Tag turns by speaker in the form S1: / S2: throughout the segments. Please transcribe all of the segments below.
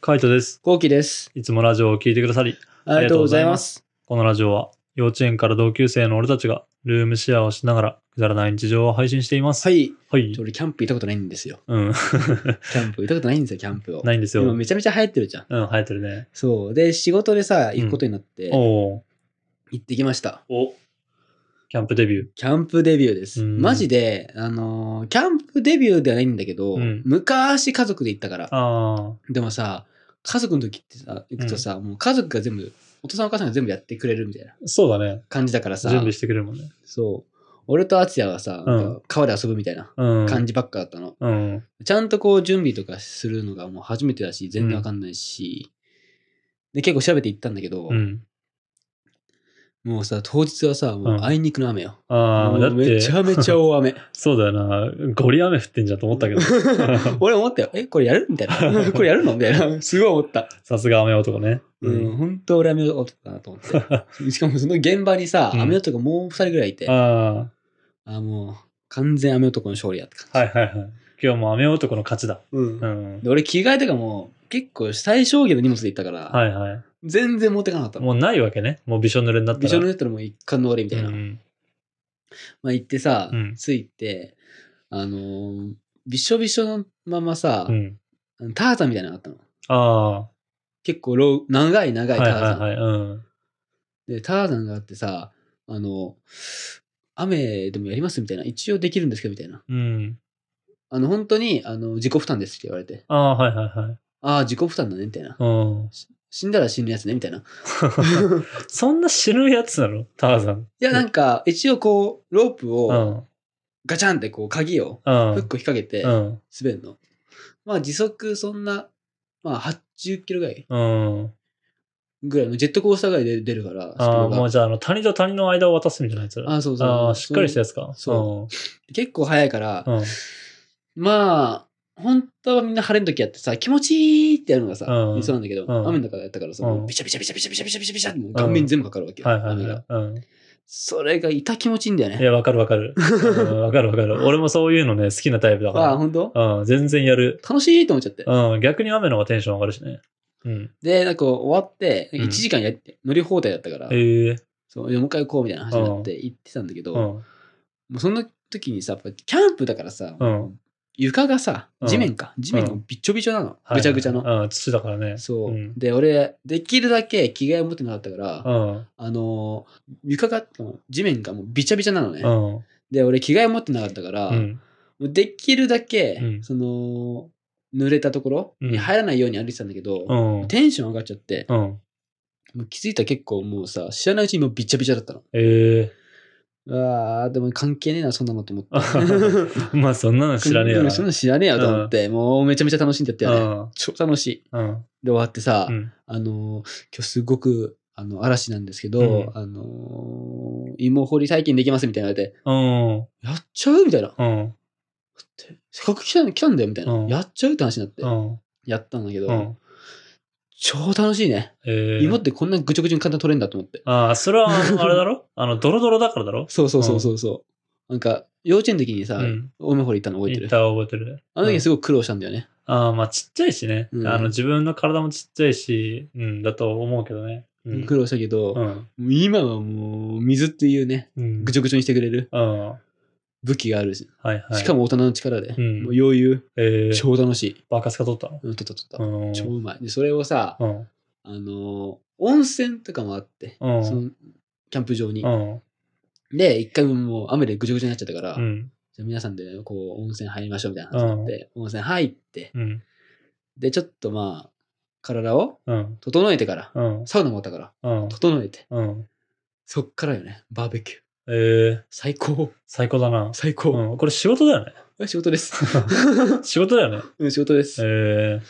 S1: カイトです。
S2: コウキです。
S1: いつもラジオを聞いてくださり、
S2: ありがとうございます。
S1: このラジオは幼稚園から同級生の俺たちがルームシェアをしながらくだらない日常を配信しています。。
S2: はいい。
S1: はい。
S2: 俺、キャンプ行ったことないんですよ。
S1: うん。
S2: キャンプ行ったことないんですよ、キャンプを。
S1: ないんですよ。
S2: 今
S1: うん、
S2: めちゃめちゃ流行ってるじゃん。
S1: 生えてるね。
S2: そう。で、仕事でさ、
S1: ん
S2: 行くことになって、
S1: おー
S2: 行ってきました。
S1: お。キャンプデビュー。
S2: キャンプデビューです。
S1: うん
S2: マジで、あのーキャンプデビューではないんだけど、
S1: うん
S2: 昔家族で行ったから。
S1: あ
S2: でもさ、家族の時ってさ、行くとさ、もう家族が全部、お父さんお母さんが全部やってくれるみたいな
S1: あ、そうだね。
S2: 感じだからさ、
S1: 準備してくれるもんね。
S2: そう。俺と敦也はさ、
S1: うん
S2: なんか川で遊ぶみたいな
S1: うん。
S2: 感じばっかだったの。
S1: うん。
S2: ちゃんとこう準備とかするのがもう初めてだし、全然わかんないし、で、結構調べていったんだけど、
S1: うん。
S2: もうさ、当日はさ、もううんあいにくの雨よ。
S1: あ
S2: も
S1: あ、
S2: う
S1: だっ
S2: め
S1: て、
S2: ちゃめちゃ大 雨。
S1: そうだよな。ゴリ雨降ってんじゃんと思ったけど。
S2: 俺思ったよ。え、これやるみたいな。 これやるのみたいな。すごい思った。
S1: さすが雨男ね。
S2: うん、。本当俺雨男だなと 思って。しかもその現場にさ、
S1: うん
S2: 雨男もう二人ぐらいいて、あ
S1: あ
S2: もう完全雨男の勝利やって感じ。
S1: あ、はいはいはい。今日も雨男の勝ちだ。
S2: うん
S1: うん。
S2: で俺着替えとかも結構最小限の荷物で行ったから、
S1: はいはい。
S2: 全然持ってかなかったの。
S1: もうないわけね。もうびしょ濡れになったら。
S2: びしょ濡れたらもう一貫の終わりみたいな。
S1: うん
S2: まあ、行ってさ、
S1: うん
S2: 着いて、あのーびしょびしょのままさ
S1: う、ん。
S2: あのターザンみたいなのがあったの。
S1: あ
S2: 結構ロー長い長
S1: あ、
S2: いタ
S1: はい
S2: ーザン。
S1: はいはい。うん。
S2: で、ターザンがあってさ、あの、雨でもやりますみたいな。一応できるんですけどみたいな。
S1: うん。
S2: あの、本当に、あの、自己負担ですって言われて。
S1: ああ、はいはいはい。
S2: ああ、自己負担だね、みたいな。
S1: うん。
S2: 死んだら死ぬやつね、みたいな。い
S1: そんな死ぬやつなのターザン。
S2: や、なんか、一応こう、ロープ
S1: う
S2: を、
S1: ん。
S2: ガチャンってこう、鍵を、
S1: うん
S2: フッ。クを引っ掛けて、
S1: うん。
S2: 滑るの。まあ、時速そんな、まあ、80キロぐらい。
S1: うん。
S2: ぐらいのジェットコースターぐらいで出るから、スピー
S1: ああ、
S2: ドが
S1: もうじゃあ、あの、谷と谷の間を渡すみたいなやつ。
S2: あそうそう
S1: ああ、しっかりしたやつか。
S2: そ結構速いから
S1: う、ん。うん。
S2: まあ、本当はみんな晴れの時やってさ、気持ちいいってやるのがさ、
S1: うん
S2: 理想なんだけ
S1: う
S2: ど、
S1: ん
S2: 雨の中でやったからさ、
S1: うん
S2: もうビシャビシャビシャビシャビシャビシャビシャってもう顔面に全部かかるわけよ、
S1: はいはい
S2: 雨
S1: は
S2: が
S1: い。うん。
S2: それが痛気持ちいいんだよ
S1: い
S2: ね。
S1: や、わかるわかる。うんわかるわか る。俺もそういうのね、好きなタイプだ
S2: ああ、
S1: か
S2: 本当
S1: ら。うん。全然やる。
S2: 楽しいと思っちゃって。
S1: うん。逆に雨の方がテンション上がるしね。うん。
S2: で、なんか終わって、
S1: うん
S2: 1時間やって、乗り放題だったから、
S1: ええ。
S2: そうでもう一回行こうみたいな話になって行ってたんだけど、
S1: う
S2: も
S1: ん。
S2: うそんな時にさ、やっぱキャンプだからさ、
S1: うん
S2: 床がさ、地面か、地面がびっちょびちょなの、ぐちゃぐちゃの。
S1: はいはいうん、土だからね。
S2: そう。
S1: ん
S2: で、俺、できるだけ着替え持ってなかったから、
S1: うん。
S2: あのー、床が、地面がもうびちゃびちゃなのね。
S1: うん。
S2: で、俺、着替え持ってなかったから、
S1: う
S2: も
S1: ん。
S2: うできるだけ、
S1: うん
S2: その、濡れたところ
S1: うん
S2: に入らないように歩いてたんだけど、
S1: うん。
S2: テンション上がっちゃって、
S1: うん。
S2: もう気づいたら結構もうさ、知らないうちにもうびちゃびちゃだったの。
S1: ええ
S2: あー、でも関係ねえな、そんなのと思 って。
S1: まあ、そんなの知らねえよ
S2: うん
S1: な。
S2: そんなの知らねえよと思って、もうめちゃめちゃ楽しんでやって
S1: う
S2: やね。
S1: ん。
S2: 超楽しい。
S1: うん。
S2: で終わってさ、
S1: うん。
S2: あのー、今日すごく、あの、嵐なんですけど、
S1: うん
S2: あのー、芋掘り最近できますみたいな言われて、
S1: うん。
S2: やっちゃうみたいな。っ
S1: うん。
S2: てせっかく来たの来たんだよみたいな、
S1: うん
S2: やっちゃうって話になって、
S1: うん。
S2: やったんだけど、
S1: うん。
S2: 超楽しいね。
S1: ええ
S2: 芋ってこんなぐちょぐちょに簡単に取れんだと思って。
S1: ああ、それは、あのあれだろあの、ドロドロだからだろ
S2: そうそうそうそうそう。なんか、幼稚園の時にさ、
S1: うん。
S2: お芋掘り行ったの覚えて
S1: 一
S2: る。
S1: 旦覚えてる。
S2: あの時す
S1: うん
S2: ごく苦労したんだよね。
S1: ああ、まあ、ちっちゃいしね。
S2: うん
S1: あの、自分の体もちっちゃいし、うん、だと思うけどね。うん。
S2: 苦労したけど、
S1: う
S2: も
S1: ん。
S2: う今はもう、水っていうね、
S1: うん
S2: ぐ。ちょぐちょにしてくれる
S1: うん。は
S2: 武器があるし、
S1: いはい。
S2: しか
S1: も、
S2: も大人の力で、
S1: うん
S2: もう余裕、
S1: ええ
S2: 超楽しい。
S1: 爆発か取ったの
S2: うん、取った取った。
S1: うん。
S2: 超うまい。で、それをさ、
S1: うん。
S2: あのー温泉とかもあって、
S1: うん
S2: そのキャンプ場に。
S1: うん。
S2: で、一回もう雨でぐちょぐちょになっちゃったから、
S1: うん。
S2: じゃあ皆さんでこう温泉入りましょうみたいな話になって、温泉入って、
S1: うん。
S2: で、ちょっとまあ、体を
S1: うん。
S2: 整えてから、
S1: うん。
S2: サウナもあったから、
S1: うん。
S2: 整えて、
S1: うん。
S2: そっからよね、バーベキュー。
S1: えー、
S2: 最高、
S1: 最高だな。
S2: 最
S1: う
S2: 高。
S1: ん、これ仕事だ よね。
S2: 仕事 です。
S1: 仕事だよね。
S2: うん、仕事です。
S1: え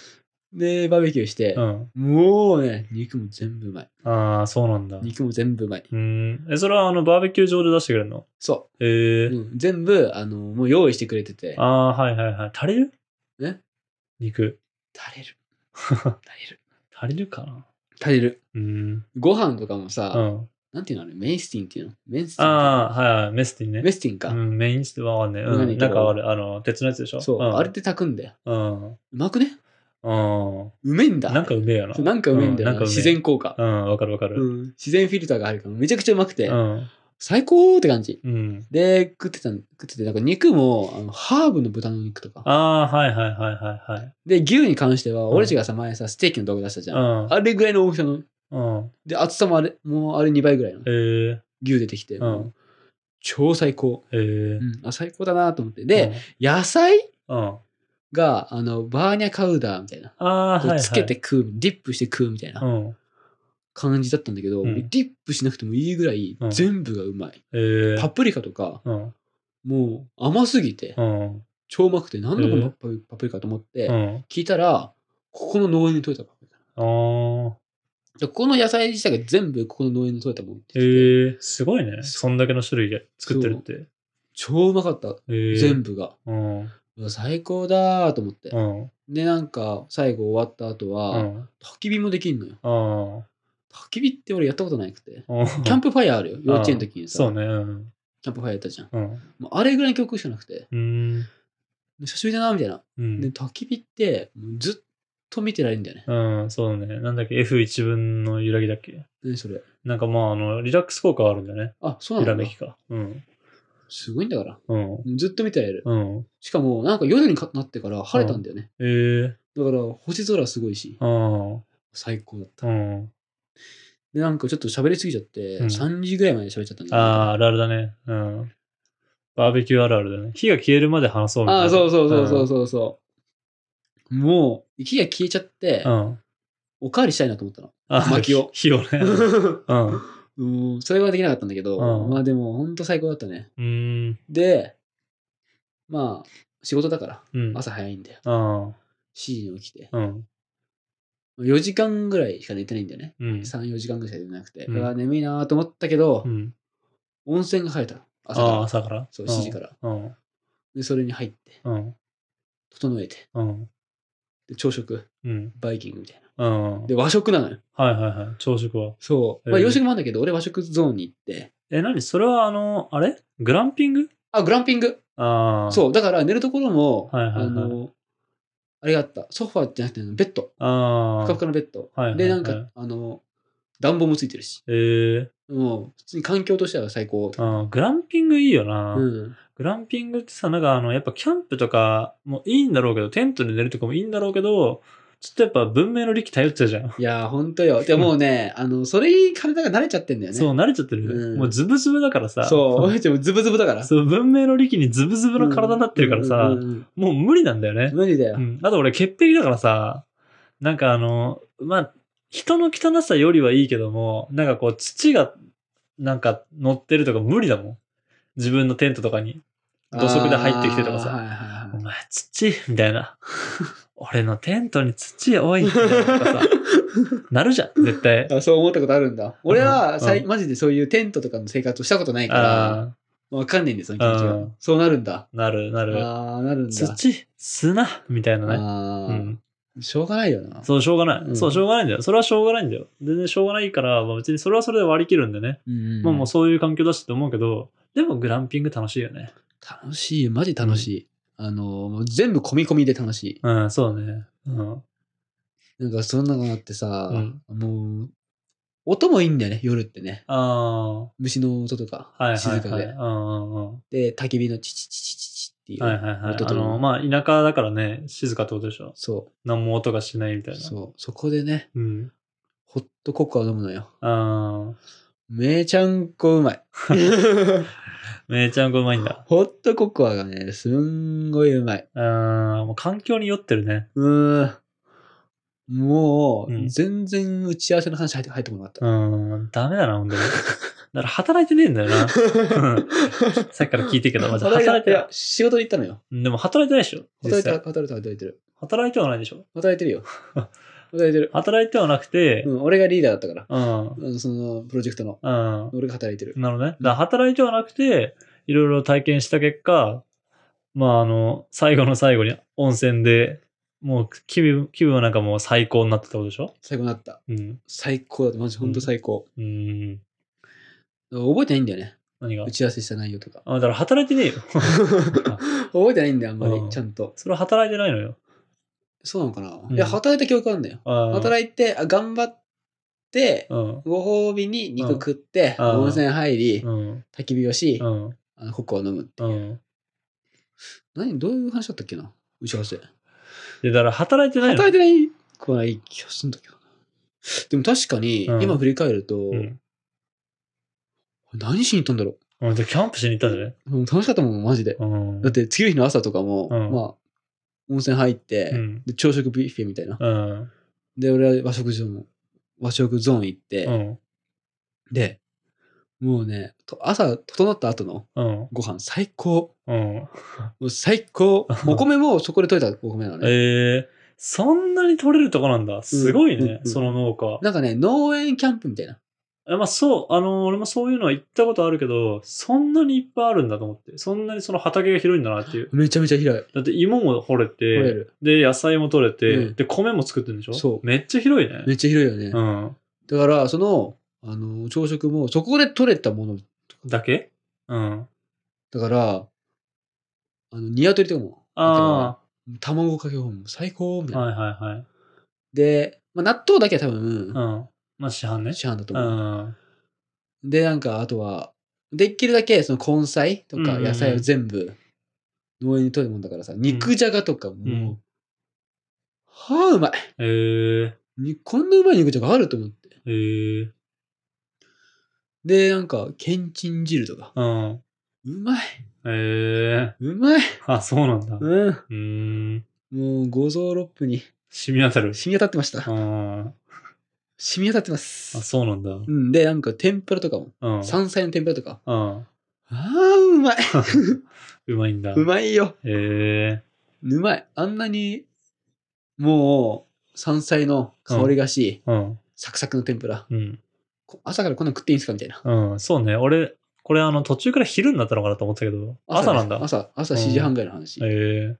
S2: で、バーベキューして
S1: ー、、うん。
S2: もうね、肉も全部うまい。
S1: ああ、そうなんだ。う
S2: 肉も全部うまい。
S1: ーん。え、それはあの、バーベキュー場で出してくれるの
S2: そ
S1: え
S2: う。
S1: ー、
S2: うん、全部、あの、もう用意してくれてて、
S1: ああー、はいはいはい。足りる
S2: え
S1: 肉。
S2: 足りる。
S1: 足
S2: 足りる。
S1: りるかな
S2: 足りる。
S1: うーん。
S2: ご飯とかもさ、
S1: うん。
S2: なんていうのあれメイスティンっていうのメンスティンか。
S1: ああ、はいはい。メスティンね。
S2: メスティンか。
S1: うん、メインしてわかんねえ。
S2: わかん
S1: う
S2: ない
S1: ん。
S2: けど
S1: なんかある、あの、鉄のやつでしょ
S2: そう、
S1: ん、
S2: あれって炊くんだよ。
S1: うん。
S2: うまくね
S1: うん。
S2: うめえんだ。
S1: なんかうめえよな。
S2: そうなんかうめえんだよ
S1: う
S2: な。
S1: んなんかうめえ
S2: 自然効果、
S1: うん、わかるわかる。
S2: うん自然フィルターがあるから、めちゃくちゃうまくて、
S1: うん。
S2: 最高って感じ。
S1: うん。
S2: で、食ってた、食ってて、なんか肉も、あのハーブの豚の肉とか。
S1: ああ、はいはいはいはいはい。
S2: で、牛に関しては、
S1: ん
S2: 俺たちがさ、前さ、ステーキの動画出したじゃ。
S1: うんん。
S2: あれぐらいの大きさの。
S1: うん。
S2: で、厚さもあれ、もうあれ2倍ぐらいの
S1: え。ー、
S2: 牛出てきて、
S1: うん
S2: もう超最高。
S1: えー
S2: う。ん、あ最高だなと思って。で、、野菜
S1: うん。あ
S2: が、あの、バーニャカウダーみたいな。
S1: あー、はい、はい。
S2: つけて食う、ディップして食うみたいな
S1: うん。
S2: 感じだったんだけど、
S1: うん
S2: ディップしなくてもいいぐらい
S1: うん、
S2: 全部がうまい。
S1: えー。
S2: パプリカとか、
S1: うん。
S2: もう甘すぎて
S1: う、ん。
S2: 超うまくて、なんだこ
S1: へえ
S2: のパプパプリカと思って、
S1: うん。
S2: 聞いたら、ここの農園で取れたパプリカ。
S1: ああ。
S2: でここの野菜自体が全部ここの農園で取れたもんって
S1: え
S2: 言ってて
S1: ー、すごいね。そんだけの種類で作ってるって。
S2: 超うまかった、
S1: えー、
S2: 全。部が。
S1: うん。
S2: うわ最高だーと思って。
S1: うん。
S2: で、なんか、最後終わった後は、
S1: うん。
S2: 焚き火もできんのよ。
S1: あ
S2: 焚き火って俺やったことなくて。
S1: あ。
S2: キャンプファイヤーあるよ。幼稚園の時に
S1: そ
S2: さ
S1: う、ね。うん。
S2: キャンプファイヤーやったじゃん。
S1: うん。
S2: もうあれぐらいの記憶しかなくて、
S1: うん。
S2: 久しぶりだな、みたいな。
S1: う
S2: で、
S1: ん。
S2: 焚き火って、もうずっと見てられるんだよね。
S1: うん、そうね。なんだっけ、F1 分の揺らぎだっけ。
S2: 何それ。
S1: なんかまあ、あの、リラックス効果はあるんだよね。
S2: あ、そう
S1: 揺
S2: な
S1: ら
S2: んだ
S1: め。きか。うん。
S2: すごいんだから。
S1: うん。
S2: ずっと見てられる。
S1: うん。
S2: しかも、なんか夜にかなってから晴れたんだよね。
S1: ええ
S2: だから、星空すごいし、
S1: あ
S2: 最高だっ
S1: あ。
S2: た。
S1: うん。
S2: で、なんかちょっと喋りすぎちゃって、
S1: うん
S2: 3時ぐらいまで喋っちゃったんだ
S1: ああ、あるあるだね。うん。バーベキューあるあるだね。火が消えるまで話そうみたいな。
S2: ああ、そうそうそうそうそうそう。もう、息が消えちゃって、
S1: うん。うん。
S2: おかわりしたいなと思ったの。
S1: あ
S2: 薪を
S1: 火を ね。うん。う
S2: うん、それはできなかったんだけど、
S1: うん
S2: まあでも、ほんと最高だったね。
S1: ーん。
S2: で、まあ、仕事だから、
S1: うん。
S2: 朝早いんだよ。
S1: あ
S2: 7時に起きて。
S1: あ。うん。
S2: 4時間ぐらいしか寝てないんだよね。
S1: うん。
S2: 3、4時間ぐらいしか寝てなくて。
S1: うん
S2: うわ、眠いなと思ったけど
S1: う、ん。
S2: 温泉が入ったの。朝か
S1: ああ、
S2: ら。
S1: 朝から
S2: そう、7時から。
S1: うん。
S2: で、それに入って、
S1: うん。
S2: 整えて、
S1: うん。
S2: で、朝食、
S1: うん。
S2: バイキングみたい
S1: うん
S2: な。で、。和食なのよ。
S1: はいはいはい。朝食は。
S2: そう。まあ、
S1: へえ
S2: 洋食もあるんだけど、俺和食ゾーンに行って、
S1: え、なにそれはあの、あれグランピング
S2: あ、グランピング。
S1: ああ。う。
S2: そう、だから寝るところも、
S1: はいはいはい
S2: あの、あれがあった。ソファーじゃなくて、ベッド。
S1: ああ。
S2: ふかふかのベッド。
S1: はいはいはい
S2: で、なんか、あの、暖房もついてるし。
S1: ええ
S2: もう、普通に環境としては最高。
S1: あーグランピングいいよな、
S2: うん。
S1: グランピングってさ、なんかあの、やっぱキャンプとかもいいんだろうけど、テントで寝るとかもいいんだろうけど、ちょっとやっぱ文明の利器頼っちゃうじゃん。
S2: いやー、ほんとよ。でもうね、 あの、それに体が慣れちゃってんだよね。
S1: そう、慣れちゃってる。
S2: うん
S1: もうズブズブだからさ。
S2: そう。俺た ちもズブズブだから。
S1: そう文明の利器にズブズブの体になってるからさ、
S2: うんうんうん
S1: もう無理なんだよね。
S2: 無理だ
S1: う
S2: よ。
S1: ん。あと俺、潔癖だからさ、なんかあの、まあ、人の汚さよりはいいけども、なんかこう、土が、なんか乗ってるとか無理だもん。自分のテントとかに。土足で入ってきてとかさ
S2: あーはいはい
S1: お
S2: はい
S1: 前土みたいな。 俺のテントに土多いみたいなとかさ、なるじゃん、絶対。
S2: あそう思ったことあるんだ。俺はさい、
S1: うん
S2: マジでそういうテントとかの生活をしたことないから、
S1: あ
S2: わかんないんですよ、その気持ち
S1: う
S2: が
S1: ん。
S2: そうなるんだ。
S1: あ、なるなる。
S2: ああ、なるんだ。
S1: 土、砂みたいなね。
S2: あ
S1: う
S2: あ、
S1: ん、
S2: しょうがないよな。
S1: そう、しょうがない、
S2: うん
S1: そう、しょうがないんだよ。それはしょうがないんだよ。全然しょうがないから、まあ、別にそれはそれで割り切るんでね。
S2: うん
S1: まあもうそういう環境だしって思うけど、でもグランピング楽しいよね。
S2: 楽しいよ、マジ楽しい。あの、もう全部込み込みで楽し
S1: うん、そうね。うん。
S2: い。なんかそんなのがあってさ、
S1: うん
S2: もう、音もいいんだよね、夜ってね。
S1: ああ、は
S2: 虫の音とか、
S1: いはいはい。
S2: 静かで
S1: う。んうんうん。
S2: で、焚き火のチチチチチチっていう。
S1: はいはいはい。
S2: 音
S1: あ
S2: と
S1: の、まあ田舎だからね、静かってことでしょ。
S2: そ、
S1: 何も音がしないみたいうな。
S2: そう。そこでね、
S1: うん。
S2: ホットココア飲むのよ。
S1: ああ、
S2: めちゃんこうまい。
S1: めちゃんこうまいんだ。
S2: ホットココアがね、すんごいうまい。
S1: あーもう環境に酔ってるね。
S2: うーん。も
S1: うん
S2: う、全然打ち合わせの話入って入ってこなかった。
S1: うん、ダメだな、本 当に。だから働いてねえんだよな。さっきから聞いてるけど、まず
S2: 働い
S1: 働いて
S2: てる
S1: な。
S2: 仕事に行ったのよ。
S1: い。でも働いてないでしょ。
S2: 働
S1: 実
S2: いてる、
S1: 際
S2: 働いてる、働いてる。
S1: 働いてはないでしょ。
S2: 働いてるよ。 働いてる。
S1: 働いてはなくて
S2: う、ん、俺がリーダーだったから。
S1: うん、うん。
S2: うんその、プロジェクトの。
S1: な
S2: 俺が働いてる。
S1: るほどね。だから働いてはなくて、いろいろ体験した結果、まあ、あの、最後の最後に温泉で、もう気分、気分はなんかもう最高になってたってことでしょ
S2: 最高になった。
S1: うん。
S2: 最高だった。マジ、ほんと最高。
S1: うん。
S2: 覚えてないんだよね。
S1: 何が
S2: 打ち合わせした内容とか。
S1: あ、だから働いてねえよ。
S2: 覚えてないんだよ、あんま
S1: うん
S2: り。ちゃんと。
S1: それは働いてないのよ。
S2: そうなのかな、
S1: うん
S2: いや、働いた記憶あるんだよ。
S1: あー
S2: 働いて、あ頑張って、
S1: うん。
S2: ご褒美に肉食って、
S1: うん
S2: 温泉入り
S1: う、ん。
S2: 焚き火をし
S1: う、ん。
S2: あのココアを飲むって
S1: う
S2: いう。
S1: ん。
S2: 何どういう話だったっけな打ち合わせ。
S1: いや、だから働いてないの
S2: 働いてないくはない気がするんだけどな。でも確かに
S1: う、ん
S2: 今振り返ると、
S1: うん。
S2: 何しに行ったんだろ。
S1: うんじゃあキャンプしに行ったんじゃないう
S2: うん楽しかったもん、マジで。
S1: うん。
S2: だって次の日の朝とかも、
S1: うん
S2: まあ、温泉入って、
S1: うん。
S2: で朝食ビュッフェみたいな。
S1: うん。
S2: で、俺は和食ゾーン、和食ゾーン行って、
S1: うん。
S2: で、もうね、と朝、整った後の
S1: うん。
S2: ご飯、最高。
S1: うん。。
S2: もう最高 お米もそこで溶いたお米なのね。
S1: ええそんなに取れるとこなんだ。すごい
S2: うんうん
S1: ね
S2: う、ん
S1: その農家。
S2: なんかね、農園キャンプみたいな。
S1: えまあそう、あの俺もそういうのは行ったことあるけど、そんなにいっぱいあるんだと思って。そんなにその畑が広いんだな っていう。
S2: めちゃめちゃ広い。
S1: だって芋も掘れ
S2: 掘れ
S1: て、
S2: る。
S1: で、野菜も取れて、
S2: うん
S1: で、米も作ってるんでしょ
S2: そう
S1: めっちゃ広いね。
S2: めっちゃ広いよね。
S1: うん。
S2: だから、その、あの、朝食も、そこで取れたもの。
S1: だけうん。
S2: だから、あの、ニワトリとかも。
S1: あ
S2: 卵かけご飯も最高みたい
S1: あ、
S2: な。
S1: はいはいはい。
S2: で、まあ、納豆だけは多分、
S1: うん。まあ市販ね。
S2: 市販だと
S1: う
S2: 思う。
S1: ん。
S2: で、なんか、あとは、できるだけ、その根菜と
S1: うんう
S2: か
S1: んうん
S2: 野菜を全部、農園に取るもんだからさ、肉じゃがとかも、
S1: ん
S2: はあ、うまい
S1: えー、
S2: にこんなうまい肉じゃがあると思って。
S1: えー、
S2: で、なんか、けんちん汁とか、
S1: うん。
S2: うまい
S1: えー、
S2: うまい
S1: あ、そうなんだ。う
S2: うん。
S1: ーん。
S2: もう、五臓六腑に
S1: 染み当たる。
S2: 染み当たってました
S1: う。ん。あ、
S2: 染み当たってます。
S1: そうなんだ。う
S2: うん。で、なんか、天ぷらとかも、
S1: ん。
S2: 山菜の天ぷらとか、
S1: うん。
S2: ああ、うまい
S1: うまいんだ。
S2: うまいよ
S1: えー、
S2: うまい。あんなに、もう、山菜の香りがし、
S1: うん。
S2: サクサクの天ぷら。
S1: うん。
S2: こ朝からこんなの食っていいんですかみたいな。
S1: うん。そうね。俺、これあの、途中から昼になったのかなと思ってたけど、朝なんだ。
S2: 朝、朝
S1: うん
S2: 7時半ぐらいの話。
S1: え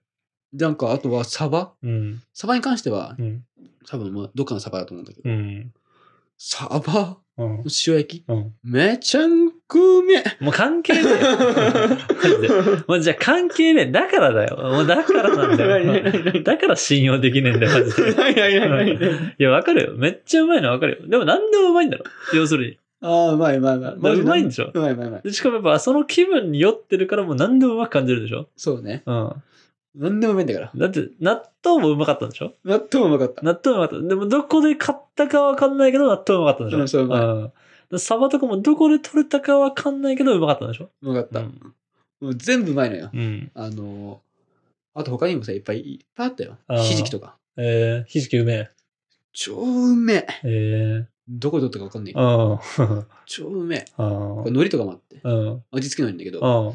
S1: ー、
S2: なんか、あとはサバ
S1: うん。
S2: サバに関しては
S1: う、ん。
S2: 多分、まあ、どっかのサバだと思うんだけど。
S1: うん。
S2: サバ
S1: うん
S2: の。塩焼き
S1: うん。
S2: めちゃんくう めえ
S1: もう関係ねえよ。マジで。もうじゃあ関係ねえ。だからだよ。もうだからなんだ
S2: 何
S1: よ。
S2: 何何
S1: だから信用できねえんだよ、マジで。
S2: 何何何何
S1: いや、わかるよ。めっちゃうまいのはわかるよ。でも何でもうまいんだろ。要するに。
S2: ああ、うまいうまいうまい。
S1: だからうまいんでしょ
S2: うまいうまいうまい。
S1: でしかもやっぱその気分に酔ってるからもう何でもうまく感じるでしょ
S2: そうね。
S1: うん。
S2: なんでもうまいんだから。
S1: だって納豆もうまかったんでしょ
S2: 納豆もうまかった。
S1: 納豆もうまかった。でもどこで買ったかわかんないけど納豆うまかったんでしょ
S2: うんそううまい
S1: ん。でサバとかもどこで取れたかわかんないけどうまかったんでしょ
S2: うまかった。
S1: う
S2: も
S1: ん
S2: う全部うまいのよ。
S1: うん。
S2: あのー、あと他にもさ、いっぱいいっぱいあったよ
S1: あー。
S2: ひじきとか。
S1: えー、ひじきうめえ。
S2: 超うめえ。
S1: え
S2: どこで取ったか分かんない
S1: ー、
S2: けど。
S1: うん。
S2: 超うめえ。
S1: うん
S2: これ海苔とかもあって。
S1: うん。
S2: 味付けないんだけど。
S1: う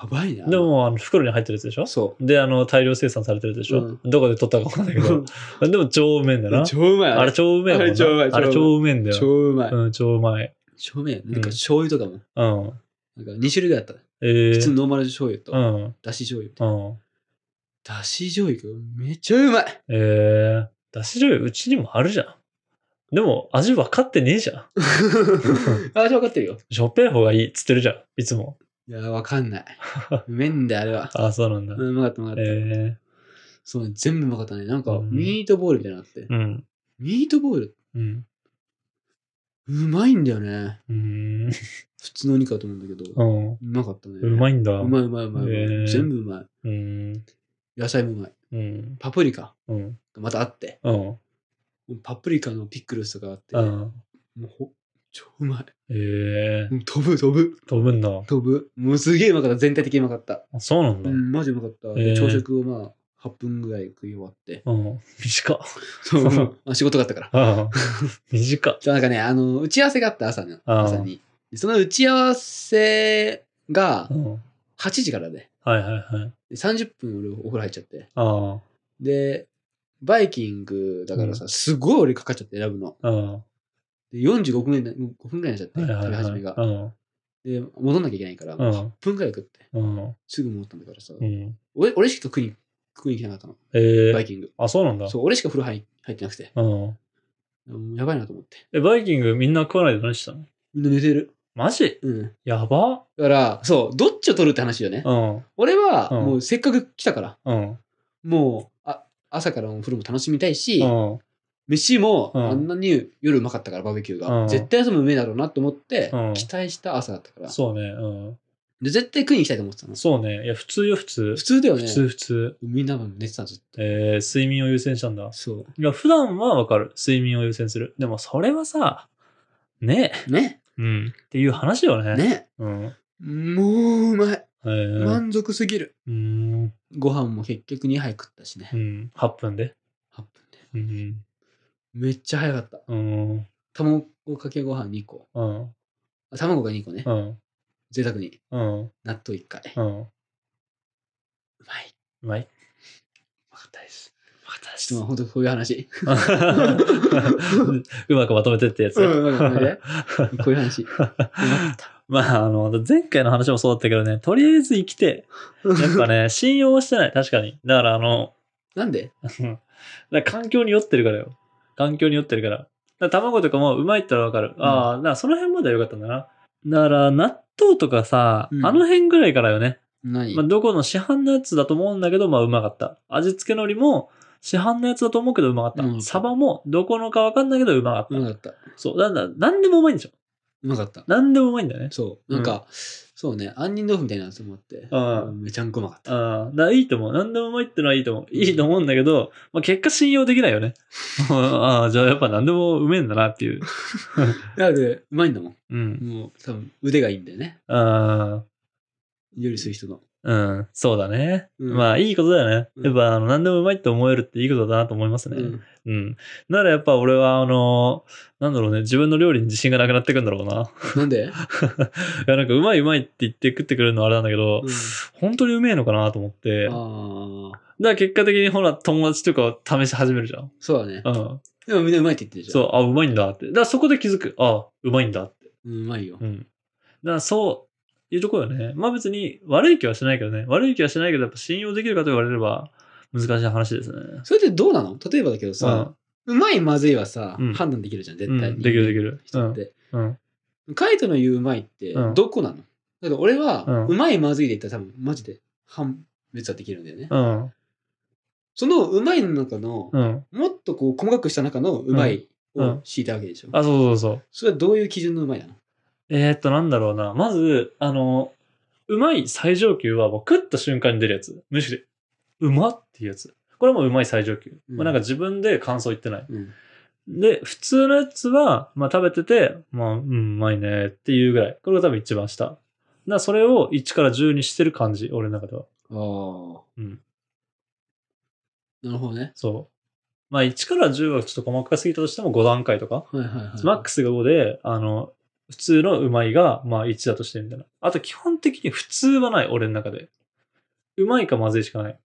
S2: やばいな。
S1: ん。で、も、あの、袋に入ってるやつでしょ
S2: そ
S1: で、あの、大量生産されてるやつでしょ、
S2: う
S1: どこで取ったかわかんないけど。
S2: う。
S1: でも、超うめえんだな。
S2: 超うまい。
S1: あれ超うめえもん
S2: あ
S1: な
S2: れ超うまい
S1: あれ超うめえんだよ。
S2: 超うまい。
S1: うん、超うまい。
S2: 超うめえ。
S1: ん
S2: なんか醤油とかも。
S1: うん。
S2: なんか2種類ぐらいあった。
S1: えー、
S2: 普通のノーマル醤油
S1: う
S2: と、
S1: ん。
S2: だし醤油みたい
S1: うん。
S2: な。だし醤油がめちゃう まい。
S1: えー、だし醤油、うちにもあるじゃん。でも、味分かってねえじ ゃん。
S2: あ、分かってるよ。
S1: しょっぺい方がいいっつってるじゃん。いつも。
S2: いや、わか んない。うめえんだよ、あれは。
S1: ああ、そうなんだ。
S2: うんうまかった、うまか
S1: え
S2: った。
S1: ー、
S2: そうね、全部うまかったね。なんか、
S1: うん
S2: ミートボールみたいなのあって。
S1: うん。
S2: ミートボール、
S1: うん。
S2: うまいんだよね。
S1: うーん。
S2: 普通のお肉だと思うんだけど。う
S1: うん。
S2: まかったね。
S1: うま
S2: い。
S1: いんだ。
S2: うまいうまいうま
S1: へー
S2: い。全部うまい。
S1: うん。
S2: 野菜もうまい。
S1: うん。
S2: パプリカ
S1: うん。
S2: がまたあって。
S1: うん。
S2: パプリカのピックルスとかあって、
S1: うん。
S2: もうほ超うま
S1: ええ
S2: い。もう飛ぶ飛ぶ
S1: 飛ぶんだ。
S2: 飛ぶ。もうすげえうまかった。全体的にうまかった。
S1: あそうなんだ
S2: う。ん、マジうまかった。
S1: へえ
S2: で朝食をまあ、8分ぐらい食い終 わって。
S1: うん。短っ。
S2: そうもうあ仕事があったから。
S1: う ん。短っ。
S2: そうなんかね、あの、打ち合わせがあった朝の、
S1: あー
S2: 朝に。でその打ち合わせが
S1: うん。
S2: 8時からで、
S1: はいはいはい。
S2: で30分俺お風呂入っちゃって。
S1: あ
S2: で、バイキングだからさ、すごい俺かかっちゃって選ぶの。
S1: あ。うん。は
S2: で、45分ぐらいに5分ぐらいになっちゃ
S1: い
S2: って、
S1: はい
S2: 食べ始め
S1: は
S2: が
S1: い。。うん。
S2: で、戻んなきゃいけないから、
S1: うん
S2: 8分ぐらい食って、
S1: うん。
S2: すぐ戻ったんだからさ、
S1: うん。
S2: 俺俺しか食いに食いに行けなかったの、
S1: え
S2: バ
S1: ー
S2: イ。キング。
S1: あ、そうなんだ。
S2: そう、俺しか風呂入入ってなくて、
S1: うん。
S2: うんやばいなと思って。
S1: え、バイキングみんな食わないで何してたの
S2: みんな寝てる。
S1: マジ
S2: うん。だ
S1: やば
S2: から、そう、どっちを取るって話よね。
S1: うん。
S2: 俺は、
S1: うん
S2: もうせっかく来たから、
S1: うん。
S2: もう、あ、朝からお風呂も楽しみたいし、
S1: うん。
S2: 飯も
S1: うん
S2: あんなに夜うまかったからバーベキューが、
S1: うん
S2: 絶対朝もうめえだろうなと思って、
S1: うん
S2: 期待した朝だったから
S1: そうね。うん。
S2: で絶対食いに行きたいと思ってたの
S1: そうね。いや、普通よ、普通。
S2: 普通だよ
S1: 普
S2: ね
S1: 通、普通。
S2: みんなも寝てたずっと
S1: えー、睡眠を優先したんだ。
S2: そ
S1: いや、普段はわかる。睡眠を優先する。でも、それはさ、ねえ。
S2: うね
S1: うん。っていう話よね。
S2: ね
S1: うん。え
S2: もううまい
S1: ー、
S2: 満足すぎる、
S1: うん。
S2: ご飯も結局2杯食ったしね、
S1: うん。8分で。
S2: 8分
S1: う
S2: で
S1: ん。
S2: めっちゃ早かった
S1: うん。
S2: 卵かけご飯2個
S1: うん。
S2: あ卵が2個ね、
S1: うん。
S2: 贅沢に
S1: うん。
S2: 納豆1回、う
S1: うん。う
S2: まい
S1: まい。
S2: 分かったです
S1: 私
S2: ちょっとまあ本当こういう 話
S1: うまくまとめてってやつ。
S2: うんうん うんねこういう話よかった
S1: まあ、あの、前回の話もそうだったけどね、とりあえず生きて、やっぱね、信用してない、確かに。だから、あの、
S2: なんで
S1: うんだから環境に酔ってるからよ。環境に酔ってるから。だから卵とかもうまいったらわかる。
S2: ん
S1: ああ、だからその辺まではよかったんだな。だから、納豆とかさ、
S2: うん
S1: あの辺ぐらいからよね。
S2: 何、
S1: まあ、どこの市販のやつだと思うんだけど、まあ、うまかった。味付けのりも、市販のやつだと思うけどうまかった。
S2: うん
S1: サバも、どこのかわかんないけどうまかった。
S2: うまかった。う
S1: そう、なんだ、なんでもうまいんでしょ。
S2: まかった。
S1: なんでもうまいんだよね。
S2: そう。なんか、そうね、杏仁豆腐みたいなやつもあって、
S1: う
S2: めちゃんこうまかった。
S1: ああ、だからいいと思う。何でもうまいってのはいいと思う。いいと思うんだけど、まあ、結果信用できないよね。 ああ、じゃあやっぱ何でもうめえんだなっていう。
S2: だって、うまいんだもん。
S1: うん。
S2: もう、多分腕がいいんだよね。
S1: あ
S2: 料理する人の。
S1: あ、うん、そうだね。
S2: うん
S1: まあいいことだよね。
S2: うん
S1: やっぱあの何でもうまいって思えるっていいことだなと思いますね。
S2: う
S1: うん。
S2: ん
S1: ならやっぱ俺はあの、なんだろうね、自分の料理に自信がなくなってくんだろうな。
S2: な んで、
S1: いやなんかうまいうまいって言って食ってくれるのはあれなんだけど、
S2: うん
S1: 本当にうめえのかなと思って。だか
S2: ああ、
S1: ら結果的にほら友達とかを試し始めるじゃん。
S2: そうだね。
S1: うん。
S2: でもみんなうまいって言ってるじゃん。
S1: そう、あ、うまいんだって。だからそこで気づく。あ、うまいんだって。
S2: うん。うまいよ
S1: う。ん。だからそういうところよね。まあ別に悪い気はしないけどね。悪い気はしないけど、やっぱ信用できるかと言われれば難しい話ですね。
S2: それってどうなの例えばだけど
S1: うん
S2: さ、。うまいまずいはさ、
S1: うん
S2: 判断できるじゃん、絶
S1: うん
S2: 対に。
S1: できるできる
S2: 人って。
S1: うん。
S2: カイトの言ううまいって
S1: うん、
S2: どこなの、だけど俺は、
S1: うん
S2: うまいまずいで言ったら多分、マジで判別はできるんだよね。
S1: うん。
S2: そのうまいの中の、
S1: うん。
S2: もっとこう細かくした中のうまい
S1: うんう
S2: を
S1: ん
S2: 敷いたわけでしょ。
S1: あ、そうそうそう。
S2: それはどういう基準のうまいなの
S1: えー、っと、なんだろうな。まず、あの、うまい最上級は、もう食った瞬間に出るやつ。むしろ、うまっていうやつ。これもうまい最上級。
S2: うん
S1: まあなんか自分で感想言ってない。
S2: うん。
S1: で、普通のやつは、まあ食べてて、まあ、うん、うまいねっていうぐらい。これが多分一番下。だからそれを1から10にしてる感じ、俺の中では。
S2: ああ。
S1: うん。
S2: なるほどね。
S1: そう。まあ1から10はちょっと細かすぎたとしても5段階とか。
S2: はいはいはい。
S1: マックスが5で、あの、普通のうまいが、まあ1だとしてみたいな。あと基本的に普通はない、俺の中で。うまいかまずいしかない。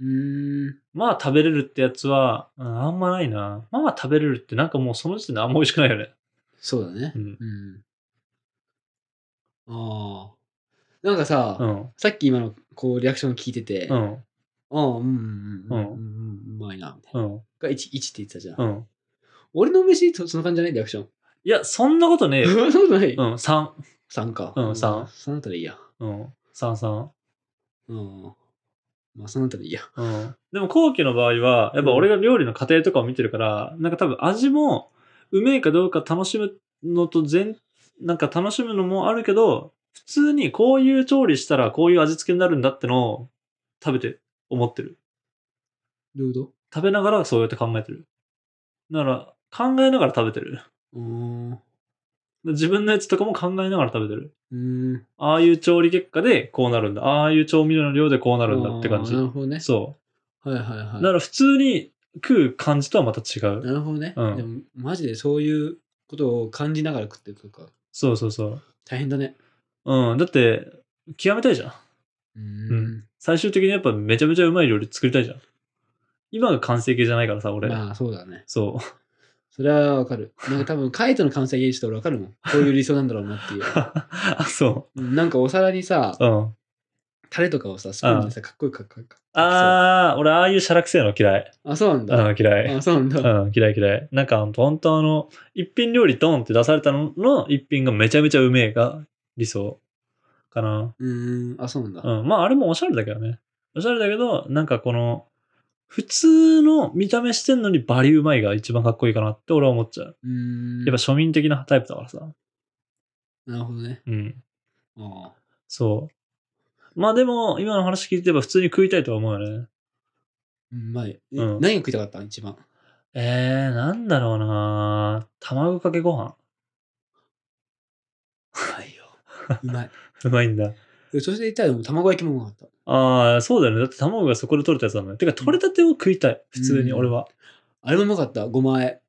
S2: うーん。
S1: まあ食べれるってやつは、うんあんまないな。まあ食べれるってなんかもうその時点であんま美味しくないよね。
S2: そうだね
S1: う。ん。
S2: うん。ああ。なんかさ、
S1: うん。
S2: さっき今のこうリアクション聞いてて、
S1: う
S2: あ
S1: ん。
S2: あ、うんうん
S1: う
S2: うん。うんんうんうまいな、みたいな。
S1: うん。
S2: が 1, 1って言ってたじゃん。
S1: うん。
S2: 俺の飯そその感じじゃないリアクション。
S1: いや、そんなことねえ
S2: そ
S1: よ。
S2: んなことない、
S1: うん、3。
S2: ?3 か。
S1: うん三
S2: 3だったらいいや。
S1: うん、三三。
S2: うん。まあ3だったらいいや。
S1: うん。でも、後期の場合は、やっぱ俺が料理の過程とかを見てるから、なんか多分味も、うめえかどうか楽しむのと全、なんか楽しむのもあるけど、普通にこういう調理したらこういう味付けになるんだってのを食べて思ってる。
S2: どういうこ
S1: 食べながらそうやって考えてる。だから、考えながら食べてる。
S2: とうーん。う
S1: 自分のやつとかも考えながら食べてる。
S2: ーん。
S1: ああいう調理結果でこうなるんだ。ああいう調味料の量でこうな
S2: あ
S1: るんだって感じ
S2: ーな。るほどね。
S1: そう。
S2: はいはいはい。
S1: だから普通に食う感じとはまた違う。
S2: なるほどね。
S1: うん
S2: でも、マジでそういうことを感じながら食っていくから、
S1: そうそうそう。
S2: 大変だね。
S1: うん。だって、極めたいじゃん。
S2: うー
S1: ん。最終的にやっぱめちゃめちゃうまい料理作りたいじゃん。今が完成形じゃないからさ、俺。
S2: まあ、そうだね。
S1: そ
S2: それはわかる。なんか多分、カイトの完成形ちょっと俺わかるもん。こういう理想なんだろうなっていう
S1: う。。 あ、そ
S2: うんなんかお皿にさ
S1: う。、うん。
S2: タレとかをさ、スプーンでさ、かっこよくかかかか
S1: あー、俺ああいうシャラくせえの嫌い。
S2: そうあ、そうなん
S1: う
S2: だ。
S1: ん、嫌い。
S2: あ、そうなん
S1: う
S2: だ。
S1: ん、嫌い嫌い。なんか、ほんとあの、一品料理ドンって出されたのの一品がめちゃめちゃうめえが理想かな。
S2: うーん。あ、そうなんだ。
S1: うん、まああれもおしゃれだけどね。おしゃれだけど、なんかこの、普通の見た目してんのにバリうまいが一番かっこいいかなって俺は思っちゃう。
S2: うーん。
S1: やっぱ庶民的なタイプだからさ。
S2: なるほどね。
S1: うん。
S2: ああ
S1: そう。まあでも、今の話聞いてれば普通に食いたいとは思うよね。
S2: うん、まあ、え
S1: うん
S2: 何が食いたかったの一番。
S1: えー、なんだろうな卵かけご飯。
S2: はいよ。うまい。
S1: うまいんだ。
S2: でそれで言ったら、でも卵焼きもうまかった。
S1: ああ、そうだよね。だって卵がそこで取れたやつなんだよ。てか、取れたてを食いたい。普通に
S2: うん
S1: 俺は。
S2: あれもうまかった。ごま和え。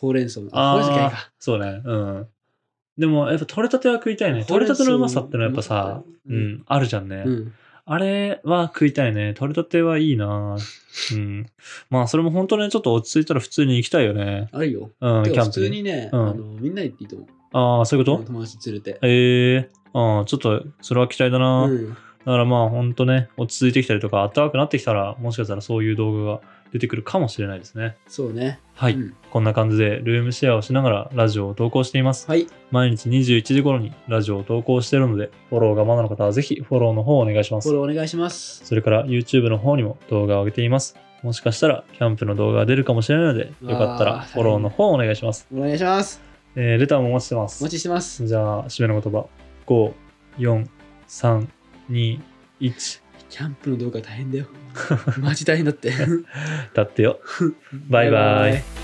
S2: ほうれん草の。
S1: あ
S2: ほうれん草嫌い
S1: あ
S2: か。
S1: そうね。うん。でも、やっぱ取れたては食いたいね。
S2: ほう
S1: 取
S2: れ
S1: れ
S2: ん草
S1: たてのうまさってのはやっぱ
S2: うまか
S1: さ
S2: っ、
S1: う
S2: た
S1: ん、
S2: よ
S1: あるじゃんね。
S2: うん。
S1: あれは食いたいね。取れたてはいいなうん。まあ、それも本当ね、ちょっと落ち着いたら普通に行きたいよね。
S2: あるよ。
S1: うん、
S2: て
S1: キ
S2: か
S1: ャン
S2: 普
S1: プ
S2: 通
S1: に。
S2: にね、
S1: うん
S2: あのみんなで行っていいと思う。
S1: ああ、そういうこと、
S2: 友達連れて。
S1: ええああ、ちょっと、それは期待だな、
S2: うん。
S1: だからまあ、ほんとね、落ち着いてきたりとか、暖かくなってきたら、もしかしたらそういう動画が出てくるかもしれないですね。
S2: そうね。
S1: はい。
S2: うん
S1: こんな感じで、ルームシェアをしながらラジオを投稿しています。
S2: はい。
S1: 毎日21時頃にラジオを投稿しているので、フォローがまだの方はぜひフォローの方をお願いしま
S2: フォ
S1: す。
S2: ローお願いします。
S1: それから YouTube の方にも動画を上げています。もしかしたらキャンプの動画が出るかもしれないので、よかったら
S2: わー
S1: フォローの方をお願いします。
S2: お願いします。
S1: えーレターもお待ちしてま
S2: お
S1: す。
S2: 待ちしてます。
S1: じゃあ、締めの言葉。5、4、3、2、1。
S2: キャンプの動画大変だよ。マジ大変だって。
S1: だってよ。バイバイ。